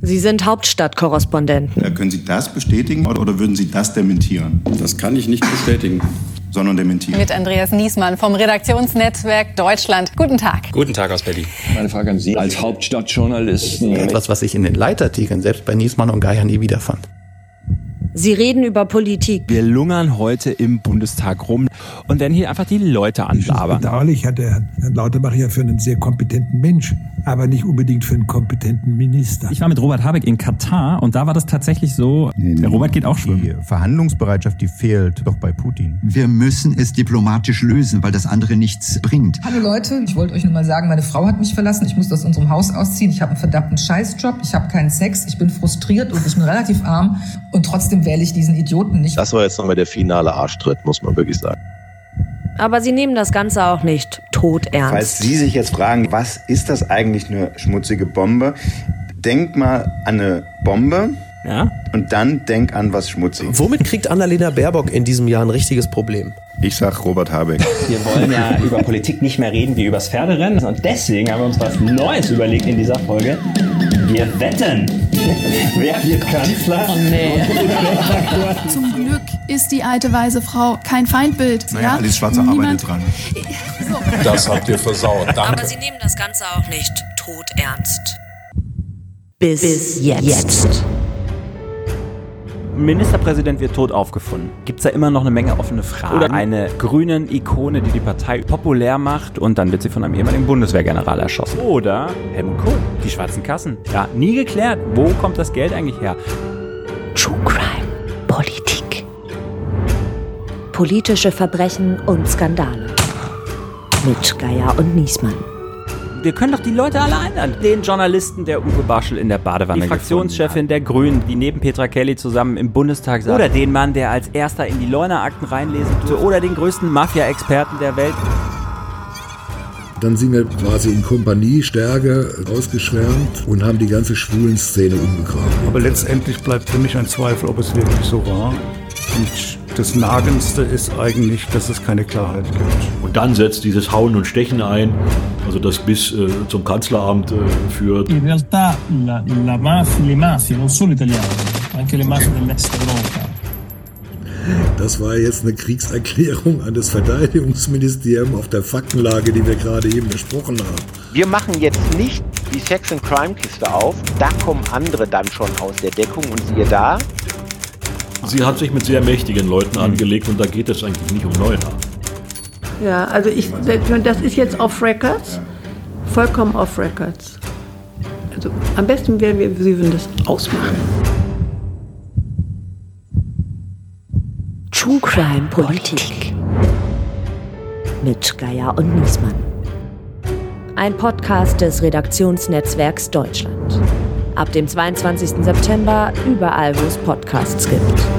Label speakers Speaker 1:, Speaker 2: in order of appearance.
Speaker 1: Sie sind Hauptstadtkorrespondent.
Speaker 2: Ja, Äh, können Sie das bestätigen oder würden Sie das dementieren?
Speaker 3: Das kann ich nicht bestätigen.
Speaker 2: Sondern dementieren.
Speaker 4: Mit Andreas Niesmann vom Redaktionsnetzwerk Deutschland. Guten Tag.
Speaker 5: Guten Tag aus Berlin.
Speaker 6: Meine Frage an Sie als Hauptstadtjournalisten.
Speaker 7: Etwas, was ich in den Leitartikeln selbst bei Niesmann und Geier nie wiederfand.
Speaker 1: Sie reden über Politik.
Speaker 8: Wir lungern heute im Bundestag rum und werden hier einfach die Leute anlabern.
Speaker 9: Bedauerlich hat der Herr Lauterbach ja für einen sehr kompetenten Mensch, aber nicht unbedingt für einen kompetenten Minister.
Speaker 8: Ich war mit Robert Habeck in Katar und da war das tatsächlich so. Nee, nee, Robert geht auch schwimmen.
Speaker 10: Die Verhandlungsbereitschaft, die fehlt doch bei Putin.
Speaker 11: Wir müssen es diplomatisch lösen, weil das andere nichts bringt.
Speaker 12: Hallo Leute, ich wollte euch nur mal sagen, meine Frau hat mich verlassen. Ich muss aus unserem Haus ausziehen. Ich habe einen verdammten Scheißjob. Ich habe keinen Sex. Ich bin frustriert und ich bin relativ arm und trotzdem wähle ich diesen Idioten nicht.
Speaker 13: Das war jetzt nochmal der finale Arschtritt, muss man wirklich sagen.
Speaker 1: Aber sie nehmen das Ganze auch nicht todernst.
Speaker 14: Falls Sie sich jetzt fragen, was ist das eigentlich eine schmutzige Bombe? Denk mal an eine Bombe. Ja? Und dann denk an was Schmutziges.
Speaker 15: Womit kriegt Annalena Baerbock in diesem Jahr ein richtiges Problem?
Speaker 2: Ich sag Robert Habeck.
Speaker 16: Wir wollen ja über Politik nicht mehr reden wie übers Pferderennen. Und deswegen haben wir uns was Neues überlegt in dieser Folge. Wir wetten. Wer wird Kanzler?
Speaker 17: Oh nee. Zum Glück ist die alte weise Frau kein Feindbild.
Speaker 2: Naja, ja? alles schwarze Arbeit dran.
Speaker 3: Das habt ihr versaut. Danke.
Speaker 1: Aber sie nehmen das Ganze auch nicht todernst. Bis, Bis jetzt. jetzt.
Speaker 8: Ministerpräsident wird tot aufgefunden. Gibt es da immer noch eine Menge offene Fragen? Oder eine grünen Ikone, die die Partei populär macht und dann wird sie von einem ehemaligen Bundeswehrgeneral erschossen. Oder Helmut Kohl, die schwarzen Kassen. Ja, nie geklärt, wo kommt das Geld eigentlich her?
Speaker 1: True Crime, Politik. Politische Verbrechen und Skandale. Mit Geier und Niesmann.
Speaker 8: Wir können doch die Leute alle einladen. Den Journalisten, der Uwe Barschel in der Badewanne Die Fraktionschefin der Grünen, die neben Petra Kelly zusammen im Bundestag saß. Oder den Mann, der als erster in die Leuna-Akten reinlesen durfte. Oder den größten Mafia-Experten der Welt.
Speaker 18: Dann sind wir quasi in Kompanie Stärke ausgeschwärmt und haben die ganze schwulen Szene umgegraben.
Speaker 19: Aber letztendlich bleibt für mich ein Zweifel, ob es wirklich so war. Und das Nagendste ist eigentlich, dass es keine Klarheit gibt.
Speaker 20: Und dann setzt dieses Hauen und Stechen ein, also das bis äh, zum Kanzleramt äh, führt.
Speaker 1: In realtà la, la mafia, le mafie, non solo italiane, anche le mafie dell'est Europa.
Speaker 18: Das war jetzt eine Kriegserklärung an das Verteidigungsministerium auf der Faktenlage, die wir gerade eben besprochen haben.
Speaker 6: Wir machen jetzt nicht die Sex and Crime Kiste auf, da kommen andere dann schon aus der Deckung und siehe da,
Speaker 20: Sie hat sich mit sehr mächtigen Leuten
Speaker 1: Hm.
Speaker 20: angelegt und da geht es eigentlich nicht um Neuner.
Speaker 4: Ja, also ich, das ist jetzt off records, vollkommen off records. Also am besten wären wir, Sie würden das ausmachen.
Speaker 1: True Crime Politik mit Geier und Niesmann. Ein Podcast des Redaktionsnetzwerks Deutschland ab dem 22. September überall, wo es Podcasts gibt.